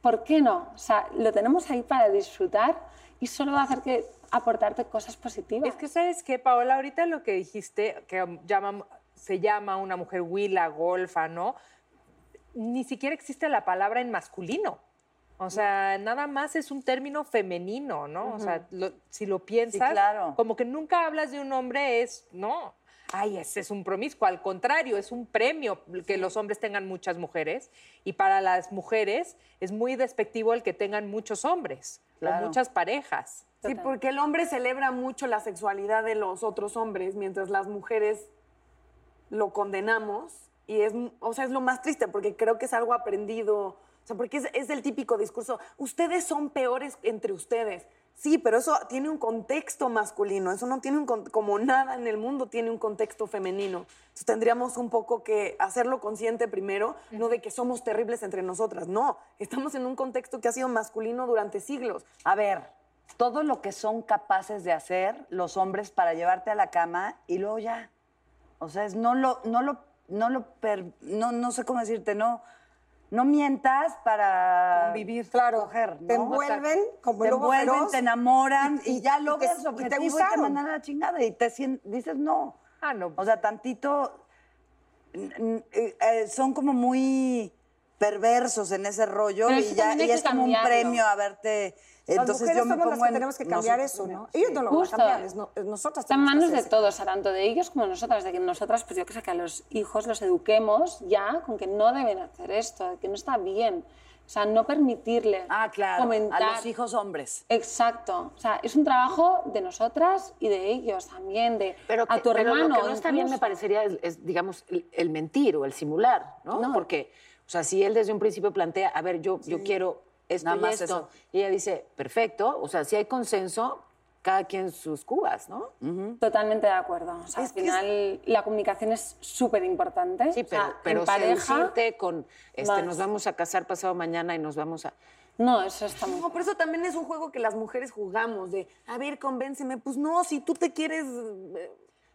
¿por qué no? O sea, lo tenemos ahí para disfrutar y solo va a hacer que aportarte cosas positivas.
Es que sabes que, Paola, ahorita lo que dijiste, que um, llaman- se llama una mujer huila, golfa, ¿no? Ni siquiera existe la palabra en masculino. O sea, nada más es un término femenino, ¿no? O sea, lo- si lo piensas,
claro.
como que nunca hablas de un hombre, es, no, ay, ese es un promiscuo. Al contrario, es un premio que los hombres tengan muchas mujeres y para las mujeres es muy despectivo el que tengan muchos hombres
Claro.
o muchas parejas.
Sí, porque el hombre celebra mucho la sexualidad de los otros hombres, mientras las mujeres lo condenamos. Y es, o sea, es lo más triste, porque creo que es algo aprendido. O sea, porque es, es el típico discurso, ustedes son peores entre ustedes. Sí, pero eso tiene un contexto masculino, eso no tiene un, con- como nada en el mundo tiene un contexto femenino. Entonces tendríamos un poco que hacerlo consciente primero, no de que somos terribles entre nosotras, no, estamos en un contexto que ha sido masculino durante siglos.
A ver, todo lo que son capaces de hacer los hombres para llevarte a la cama y luego ya. O sea, es no lo, no lo, no lo, per- no, no sé cómo decirte, no, no mientas para
Convivir.
claro.
Te envuelven como
te
lobo
envuelven,
feroz
te enamoran
y-
y,
y- y
ya
te-
logras
y
su
te
objetivo y te,
usaron.
mandan a la chingada y te sien- dices no.
Ah,
pues
no.
O sea, tantito n- n- eh, eh, son como muy perversos en ese rollo
Pero
y
eso
ya
también hay
y
que
es como un
cambiarlo.
premio haberte
las
entonces
mujeres
yo me
somos
pongo
las que
en-
tenemos que cambiar eso,
nosotros-
¿no? Ellos no lo
Justo.
van a cambiar, es no- es nosotras
Está en
tenemos que
manos de
hacer
todos, o sea, tanto de ellos como de nosotras, de que nosotras, pues yo que sé, que a los hijos los eduquemos ya con que no deben hacer esto, que no está bien. O sea, no permitirle
ah, claro,
comentar.
a los hijos hombres.
Exacto. O sea, es un trabajo de nosotras y de ellos también, de
pero
a
que-
tu hermano.
Pero lo que no está bien, me
incluso.
parecería, es, es, digamos, el, el mentir o el simular, ¿no? Porque, o sea, si él desde un principio plantea, a ver, yo, yo quiero esto
Nada
y
más
esto,
eso.
y ella dice, perfecto, o sea, si hay consenso, cada quien sus cubas, ¿no?
Totalmente de acuerdo. O sea, al final la comunicación es súper importante.
Sí, pero, pero
en pareja.
seducirte con, este,
más.
nos vamos a casar pasado mañana y nos vamos a...
No, eso está muy
No, pero eso también es un juego que las mujeres jugamos, de, a ver, convénceme. Pues no, si tú te quieres... eh,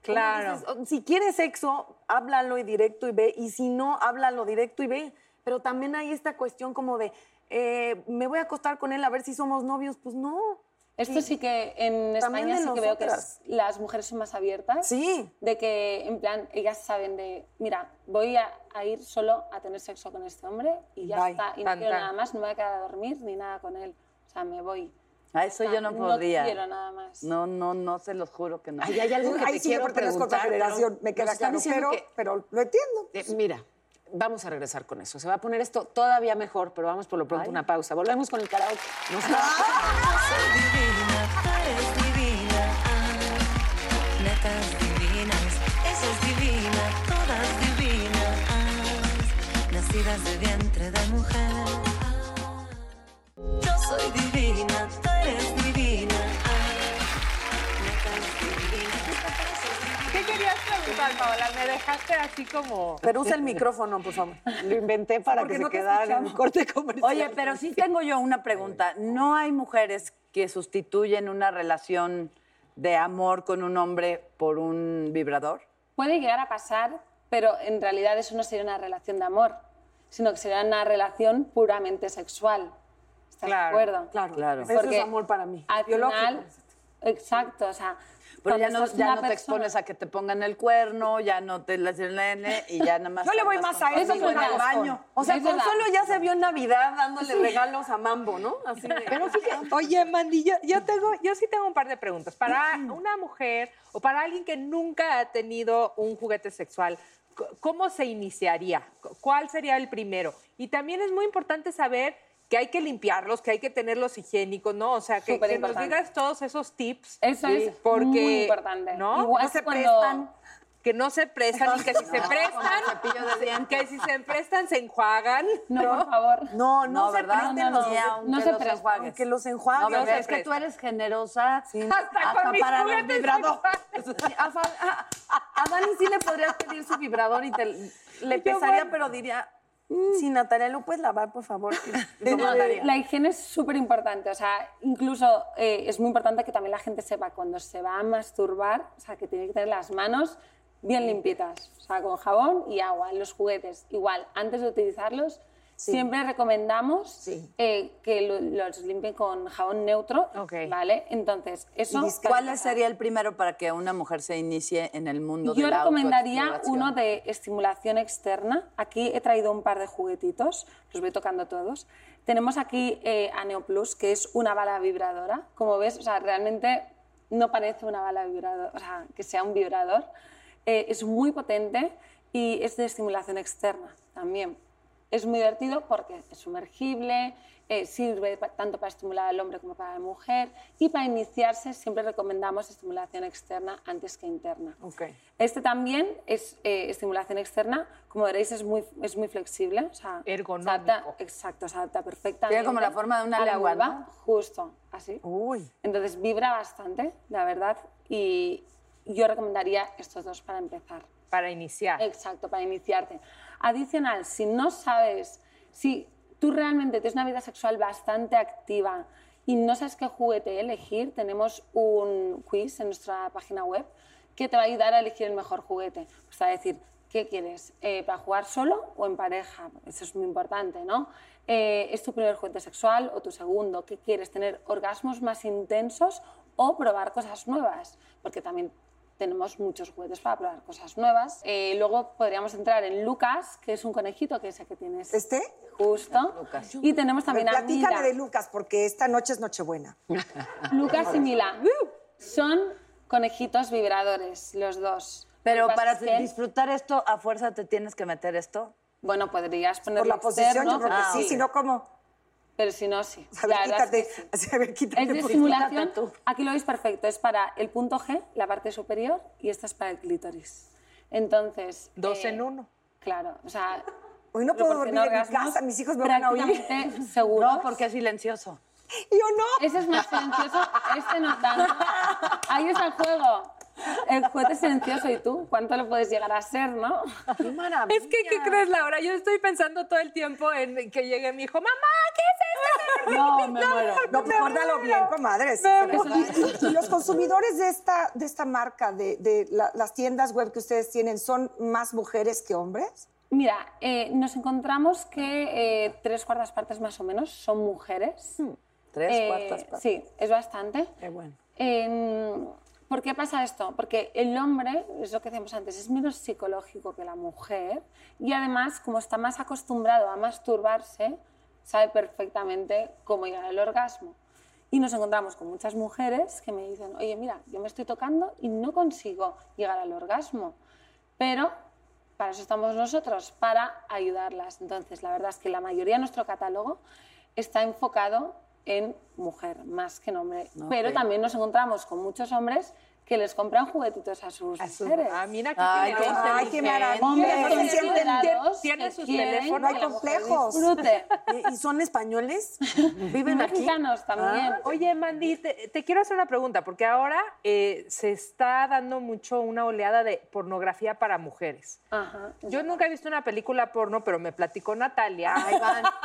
¿cómo
Claro.
dices? O- Si quieres sexo, háblalo y directo y ve, y si no, háblalo directo y ve. Pero también hay esta cuestión como de, eh, me voy a acostar con él a ver si somos novios. Pues no.
Esto
Y-
sí que en
También
España
de
sí que veo que
nosotras.
es- las mujeres son más abiertas.
Sí.
De que, en plan, ellas saben de, mira, voy a, a ir solo a tener sexo con este hombre y ya
Bye.
está. Y
Tan,
no quiero
tan.
nada más, no me voy a quedar a dormir ni nada con él. O sea, me voy.
A eso
O sea,
yo no podría.
No quiero nada más.
No, no, no, se los juro que no.
Ay, hay algo que
Ahí
te
sí yo
quiero
pertenezco a otra
preguntar, pero
generación, me
nos
queda
están
claro,
diciendo
pero-
lo entiendo. mira, vamos a regresar con eso. Se va a poner esto todavía mejor, pero vamos por lo pronto una pausa. Volvemos con el karaoke. Nos
Ah, Soy divina, tú eres divina. Ah, netas divinas, esa es divina, todas divinas. Nacidas de vientre de mujer. Ah, Yo soy divina, tú eres divina. Ah, netas divinas.
¿Qué querías preguntar, Paola? Me dejaste así como...
Pero usa el micrófono, por favor.
Lo inventé para
Porque
que
no
se
te
quedara en
escuchamos.
corte comercial. Oye, pero sí tengo yo una pregunta. ¿No hay mujeres que sustituyen una relación de amor con un hombre por un vibrador?
Puede llegar a pasar, pero en realidad eso no sería una relación de amor, sino que sería una relación puramente sexual. ¿Estás de acuerdo?
Claro,
claro.
Eso
Porque
es amor para mí.
Al
Biológico.
final, exacto, o sea,
Pero
cuando
ya no,
estás con
ya
una
no te
persona-
expones a que te pongan el cuerno, ya no te las nene y ya nada más.
Yo le voy
andas
más
con
a eso
todo
que
en
al
el baño.
O sea,
Es verdad.
Consuelo ya se vio en Navidad dándole
Sí.
regalos a Mambo, ¿no? Así de... "Ah,
Pero fíjate, oye, Mandy, yo, yo tengo, yo sí tengo un par de preguntas. Para una mujer o para alguien que nunca ha tenido un juguete sexual, c- ¿cómo se iniciaría? C- ¿Cuál sería el primero? Y también es muy importante saber que hay que limpiarlos, que hay que tenerlos higiénicos, ¿no? O sea, que, que nos
Superimportante.
digas todos esos tips.
Eso es muy importante.
¿no?
Igual
No se
cuando-
prestan. Que no se prestan y que si se
No,
prestan,
como cepillo de dientes.
que si se prestan se enjuagan.
No, por favor.
No, no,
No,
se
¿verdad?
presten
No, no,
los
ni aunque
no se
los
presten,
enjuagues.
aunque los enjuagues.
No, bebé,
O sea,
es que
Tú eres generosa.
Hasta con mis
para los
juguetes
vibradores.
Sí, a, Fa- a- a- a Dani sí le podrías pedir su vibrador y te, le
Yo,
pesaría,
bueno.
pero diría, si Natalia lo puedes lavar, por favor. Y lo
No,
mandaría.
la higiene es súper importante, o sea, incluso eh, es muy importante que también la gente sepa cuando se va a masturbar, o sea, que tiene que tener las manos bien limpitas, o sea, con jabón y agua, los juguetes, igual, antes de utilizarlos, siempre recomendamos eh, que lo- los limpien con jabón neutro, ¿vale? Entonces, eso...
¿Cuál sería el primero para que una mujer se inicie en el mundo de
Yo
la
recomendaría
autoexploración?
uno de estimulación externa. Aquí he traído un par de juguetitos, los voy tocando todos. Tenemos aquí eh, Aneo Plus, que es una bala vibradora. Como ves, o sea, realmente no parece una bala vibradora, o sea, que sea un vibrador. Eh, es muy potente y es de estimulación externa también. Es muy divertido porque es sumergible, eh, sirve pa- tanto para estimular al hombre como para la mujer y para iniciarse siempre recomendamos estimulación externa antes que interna. Este también es eh, estimulación externa, como veréis es muy, es muy flexible, o sea, se adapta- exacto, se adapta perfectamente.
Tiene como la forma de una
a la
lengua,
vulva,
¿no?
justo, así. Entonces vibra bastante, la verdad, y yo recomendaría estos dos para empezar.
Para iniciar.
Exacto, para iniciarte. Adicional, si no sabes, si tú realmente tienes una vida sexual bastante activa y no sabes qué juguete elegir, tenemos un quiz en nuestra página web que te va a ayudar a elegir el mejor juguete. Pues O sea, decir, ¿qué quieres? Eh, ¿Para jugar solo o en pareja? Eso es muy importante, ¿no? Eh, ¿Es tu primer juguete sexual o tu segundo? ¿Qué quieres? ¿Tener orgasmos más intensos o probar cosas nuevas? Porque también tenemos muchos juguetes para probar cosas nuevas. Eh, luego podríamos entrar en Lucas, que es un conejito que es el que tienes.
¿Este?
Justo. Y tenemos también a
Platícame
Mila.
de Lucas, porque esta noche es Nochebuena.
Lucas y Mila. Son conejitos vibradores, los dos.
Pero
Lo que
para
pasa es que,
disfrutar esto, a fuerza te tienes que meter esto.
Bueno, podrías ponerlo
Por la posición,
externo. Ah,
yo creo que sí, si no, ¿cómo?
Pero si no, sí.
A ver,
La verdad es que
quítate. A ver, quítate,
es de
por
simulación.
favor.
Aquí lo veis perfecto. Es para el punto G, la parte superior, y esta es para el clítoris. Entonces. Dos en uno. Claro, o sea.
Hoy no puedo dormir en mi
proporciona
casa, mis hijos me van a oír.
prácticamente seguro.
No,
porque es silencioso.
Yo no.
Ese es más silencioso, este no tanto. Ahí está el juego. El juguete es silencioso y tú, ¿cuánto lo puedes llegar a ser, no?
Es que, ¿qué crees, Laura? Yo estoy pensando todo el tiempo en que llegue mi hijo, mamá, ¿qué es esto?
No, me muero. No, pues guárdalo bien, comadre. sí, se
muero.
guarda. Y- y los consumidores de esta, de esta marca, de, de la- las tiendas web que ustedes tienen, ¿son más mujeres que hombres?
Mira, eh, nos encontramos que eh, tres cuartas partes más o menos son mujeres.
Hmm,
Eh,
Tres
Eh,
cuartas partes.
Sí, es bastante.
Qué bueno.
Em, ¿Por qué pasa esto? Porque el hombre, es lo que decíamos antes, es menos psicológico que la mujer y además, como está más acostumbrado a masturbarse, sabe perfectamente cómo llegar al orgasmo. Y nos encontramos con muchas mujeres que me dicen, oye, mira, yo me estoy tocando y no consigo llegar al orgasmo. Pero para eso estamos nosotros, para ayudarlas. Entonces, la verdad es que la mayoría de nuestro catálogo está enfocado en mujer más que en hombre.
Ok.
Pero también nos encontramos con muchos hombres que les compran juguetitos a sus mujeres.
Ah, mira qué
Ay,
generosa.
qué
Ay, qué maravilla.
Hombres
Qué
con
inteligente.
cuidados
Tiene
que
sus
quieren
teléfonos.
que
No hay
la mujer
complejos.
disfrute.
Pues, ¿Y, y son españoles?
¿Viven
aquí? Ah.
Mexicanos también.
Oye, Mandy, te, te quiero hacer una pregunta, porque ahora eh, se está dando mucho una oleada de pornografía para mujeres.
Ajá.
Yo nunca he visto una película porno, pero me platicó Natalia.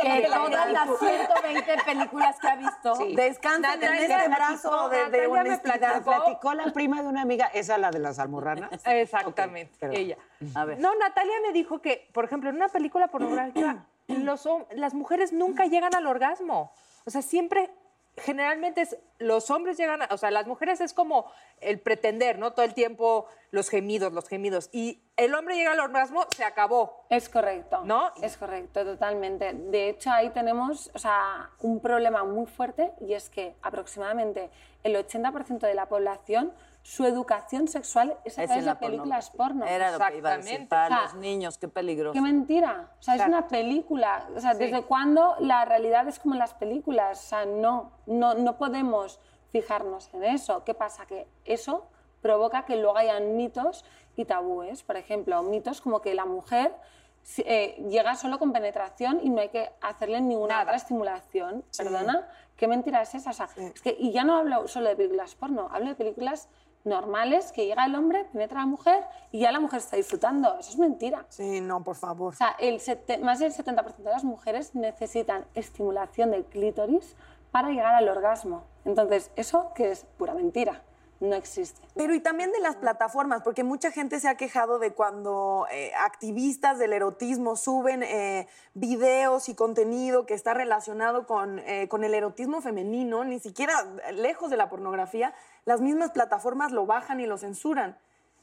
Que todas las 120 películas que ha visto.
Sí.
Descansa
Natalia platicó, Natalia me platicó.
Platicó la prima de una amiga, esa la de las almorranas.
Exactamente, ella.
A ver.
No, Natalia me dijo que, por ejemplo, en una película pornográfica, los hom- las mujeres nunca llegan al orgasmo. O sea, siempre, generalmente es- los hombres llegan, a- o sea, las mujeres es como el pretender, ¿no? Todo el tiempo los gemidos, los gemidos. Y el hombre llega al orgasmo, se acabó.
Es correcto. ¿No? Es correcto, totalmente. De hecho, ahí tenemos o sea, un problema muy fuerte y es que aproximadamente el 80% de la población, su educación sexual es a
Es
través
en
de
la
películas porno.
pornografía. Era lo que iba a decir. Para
O sea,
los niños, qué peligroso.
Qué mentira. O sea,
Claro.
es una película. O sea,
Sí.
¿desde cuándo la realidad es como en las películas? O sea, no, no, no podemos fijarnos en eso. ¿Qué pasa? Que eso provoca que luego hayan mitos y tabúes. Por ejemplo, mitos como que la mujer si- eh, llega solo con penetración y no hay que hacerle ninguna otra estimulación. Perdona, ¿qué mentira es esa? O sea, es que, y ya no hablo solo de películas porno, hablo de películas normales que llega el hombre, penetra a la mujer y ya la mujer está disfrutando. Eso es mentira.
Sí, no, por favor.
O sea, el sete- más del 70% de las mujeres necesitan estimulación del clítoris para llegar al orgasmo. Entonces, eso que es pura mentira, no existe.
Pero y también de las plataformas, porque mucha gente se ha quejado de cuando eh, activistas del erotismo suben eh, videos y contenido que está relacionado con, eh, con el erotismo femenino, ni siquiera eh, lejos de la pornografía, las mismas plataformas lo bajan y lo censuran.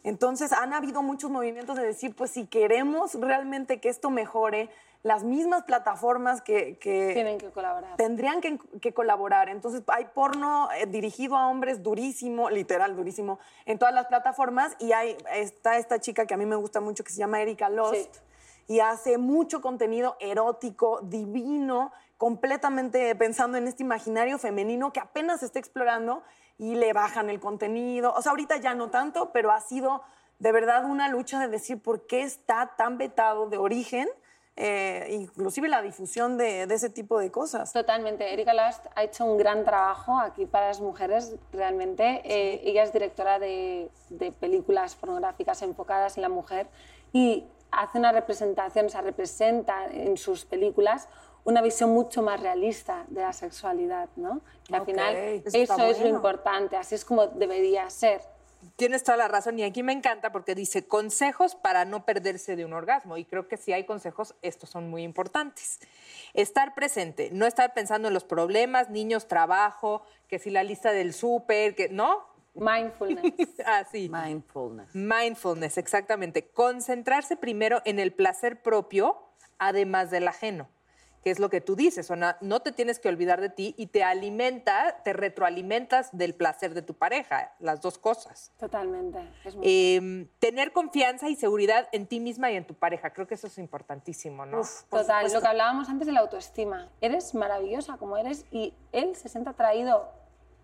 Entonces han habido muchos movimientos de decir, pues si queremos realmente que esto mejore, las mismas plataformas que, que-
Tienen que colaborar.
tendrían que, que colaborar. Entonces, hay porno eh, dirigido a hombres durísimo, literal durísimo, en todas las plataformas. Y hay, está esta chica que a mí me gusta mucho que se llama Erika Lost. Y hace mucho contenido erótico, divino, completamente pensando en este imaginario femenino que apenas se está explorando y le bajan el contenido. O sea, ahorita ya no tanto, pero ha sido de verdad una lucha de decir por qué está tan vetado de origen eh, inclusive la difusión de, de ese tipo de cosas.
Totalmente. Erika Last ha hecho un gran trabajo aquí para las mujeres, realmente. Eh, ella es directora de, de películas pornográficas enfocadas en la mujer y hace una representación, o sea, representa en sus películas una visión mucho más realista de la sexualidad, ¿no? Que al
Ok,
final
eso
eso,
está
es lo
bueno.
importante,
Ah.
así es como debería ser.
Tienes toda la razón y aquí me encanta porque dice consejos para no perderse de un orgasmo y creo que si hay consejos, estos son muy importantes. Estar presente, no estar pensando en los problemas, niños, trabajo, que si la lista del súper, que no.
Mindfulness.
Así.
Mindfulness.
Mindfulness, exactamente. Concentrarse primero en el placer propio, además del ajeno. que es lo que tú dices, o na- no te tienes que olvidar de ti y te alimenta, te retroalimentas del placer de tu pareja, las dos cosas.
Totalmente. Es muy-
Eh, tener confianza y seguridad en ti misma y en tu pareja, creo que eso es importantísimo, ¿no?
Uf, total, lo que hablábamos antes de la autoestima. Eres maravillosa como eres y él se siente atraído,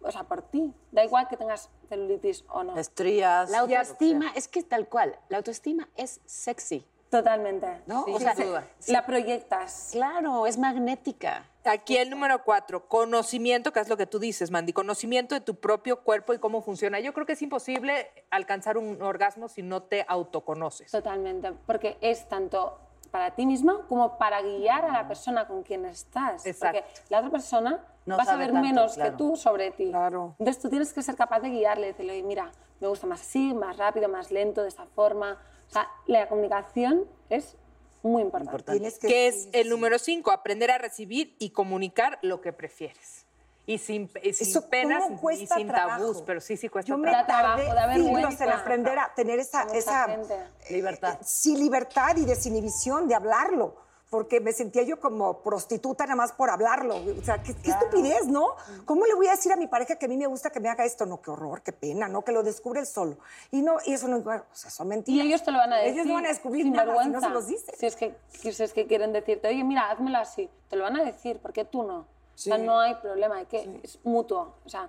o sea, por ti. Da igual que tengas celulitis o no.
Estrías.
La
autoestima es que tal cual, la autoestima es sexy.
Totalmente.
¿No?
Sí,
o
sin
sea,
duda.
La proyectas.
Claro, es magnética.
Aquí el número cuatro, conocimiento, que es lo que tú dices, Mandy, conocimiento de tu propio cuerpo y cómo funciona. Yo creo que es imposible alcanzar un orgasmo si no te autoconoces.
Totalmente, porque es tanto para ti misma como para guiar a la persona con quien estás.
Exacto.
Porque la otra persona
No
va a
sabe
saber
tanto,
menos
claro.
que tú sobre ti. Entonces tú tienes que ser capaz de guiarle, decirle, "Oye, mira, me gusta más así, más rápido, más lento, de esta forma. O sea, la comunicación es muy importante.
que es el número cinco, aprender a recibir y comunicar lo que prefieres. Y sin, y sin
Eso,
penas
¿cómo
y
cuesta
sin tabús,
trabajo?
pero sí, sí cuesta
Yo me
trabajo.
tardé siglos en
vergüenza.
aprender a tener esa, esa eh,
libertad.
sí, libertad y desinhibición de hablarlo, porque me sentía yo como prostituta nada más por hablarlo. O sea, qué, qué estupidez, ¿no? ¿Cómo le voy a decir a mi pareja que a mí me gusta que me haga esto? No, qué horror, qué pena, ¿no? Que lo descubre él solo. Y no, y eso no, o sea, son mentiras.
Y ellos te lo van a decir.
Ellos no van a descubrir
sin
nada si no
vergüenza.
se los dices.
Si es, que, si es que quieren decirte, oye, mira, házmelo así, te lo van a decir, porque tú no. O sea,
Sí.
no hay problema, hay que, es mutuo. O sea,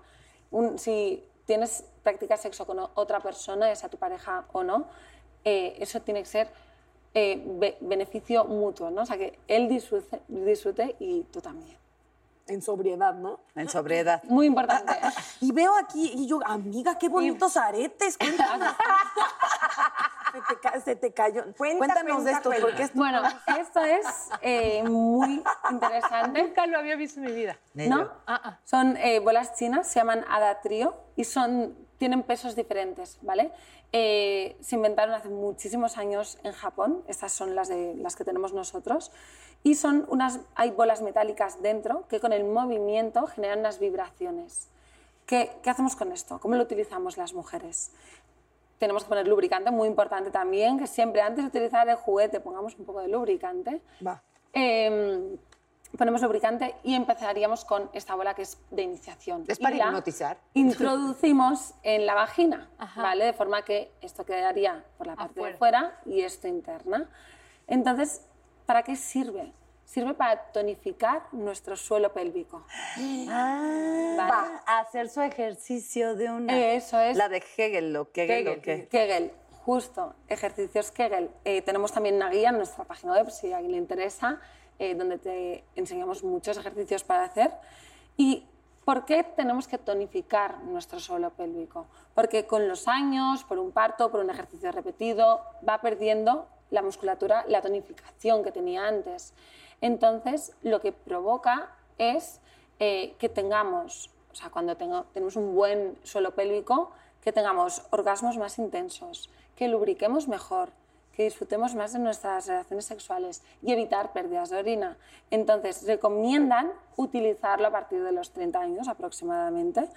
un- si tienes practicas sexo con o- otra persona, es a tu pareja o no, eh, eso tiene que ser eh, be- beneficio mutuo, ¿no? O sea, que él disfrute, disfrute y tú también.
En sobriedad, ¿no?
En sobriedad.
Muy importante.
Y veo aquí, y yo, amiga, qué bonitos aretes. cuéntame. se, te, ca- se te cayó. Cuéntanos de esto, porque esto.
Bueno, esto es eh, muy interesante.
Nunca lo había visto en mi vida. Ah,
¿No? Son eh, bolas chinas, se llaman adatrio y son, tienen pesos diferentes, ¿vale? Eh, se inventaron hace muchísimos años en Japón, estas son las, de, las que tenemos nosotros, y son unas, hay bolas metálicas dentro que con el movimiento generan unas vibraciones. ¿Qué, ¿Qué hacemos con esto? ¿Cómo lo utilizamos las mujeres? Tenemos que poner lubricante, muy importante también, que siempre antes de utilizar el juguete pongamos un poco de lubricante.
Va.
Em, ponemos lubricante y empezaríamos con esta bola que es de iniciación.
Es para
Y la
hipnotizar.
Introducimos en la vagina,
Ajá.
¿vale? De forma que esto quedaría por la parte de fuera y esto interna. Entonces, ¿para qué sirve? Sirve para tonificar nuestro suelo pélvico. Vale.
Ah, Va a hacer su ejercicio de una.
Eso es.
La de Hegel, lo que Hegel, lo que.
Kegel, justo, ejercicios Kegel. Eh, tenemos también una guía en nuestra página web, si a alguien le interesa, eh, donde te enseñamos muchos ejercicios para hacer. ¿Y por qué tenemos que tonificar nuestro suelo pélvico? Porque con los años, por un parto, por un ejercicio repetido, va perdiendo la musculatura, la tonificación que tenía antes. Entonces, lo que provoca es eh, que tengamos, o sea, cuando tengo- tenemos un buen suelo pélvico, que tengamos orgasmos más intensos, que lubriquemos mejor, que disfrutemos más de nuestras relaciones sexuales y evitar pérdidas de orina. Entonces, recomiendan utilizarlo a partir de los 30 años aproximadamente. Eh,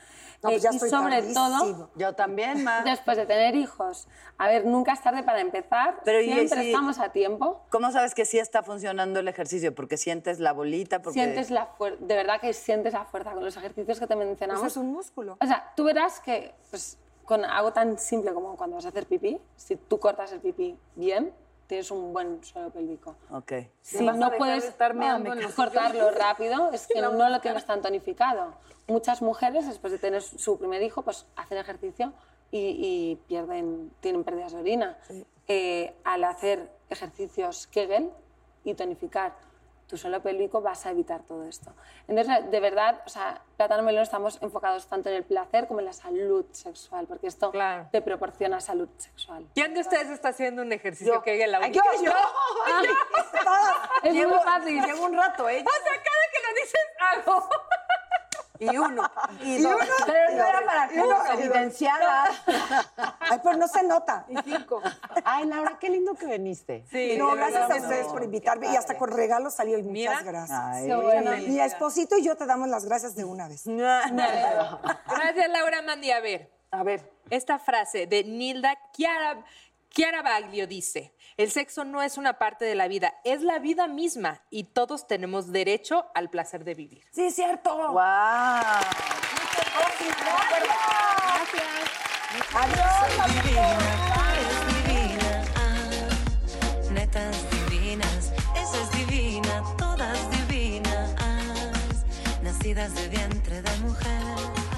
No, pues ya
y
estoy
sobre
tardísimo.
todo...
Yo también, ma.
Después de tener hijos. A ver, nunca es tarde para empezar.
Pero y
Siempre
si-
estamos a tiempo.
¿Cómo sabes que sí está funcionando el ejercicio? Porque sientes la bolita, porque.
Sientes la fuer- de verdad que sientes la fuerza con los ejercicios que te mencionamos.
Eso es un músculo.
O sea, tú verás que pues, con algo tan simple como cuando vas a hacer pipí, si tú cortas el pipí bien, tienes un buen suelo pélvico.
Ok.
Si no puedes
meando en los
cortarlo
sillones.
rápido, es que no lo tienes tan tonificado. Muchas mujeres, después de tener su primer hijo, pues hacen ejercicio y, y pierden, tienen pérdidas de orina. Eh, al hacer ejercicios Kegel y tonificar tu suelo pélvico, vas a evitar todo esto. Entonces, de verdad, o sea, Plátano Melón estamos enfocados tanto en el placer como en la salud sexual, porque esto te proporciona salud sexual.
¿Quién de ustedes está haciendo un ejercicio Kegel ahorita?
Yo, yo. Ah, es muy fácil.
Llevo un rato, ¿eh?
O sea, cada que lo dices algo.
Y uno. Y,
Y
dos.
uno,
Pero
y
no era
dos,
para
y
que
uno,
nos
y dos.
evidenciaras.
Ay, pero no se nota.
Y cinco.
Ay, Laura, qué lindo que viniste.
Sí, no, gracias a ustedes por invitarme y hasta con regalos salió y muchas gracias.
Ay,
Qué
bueno.
Mi esposito y yo te damos las gracias de una vez.
Gracias, Laura Mandy. A ver.
A ver.
Esta frase de Nilda Kiara, Chiara Baglio dice, el sexo no es una parte de la vida, es la vida misma y todos tenemos derecho al placer de vivir.
Sí, es cierto. ¡Wow!
Gracias. Adiós. Soy divina, eres divina. Ah, netas divinas, esa es divina, todas divinas. ah. Nacidas de vientre de mujer. ah.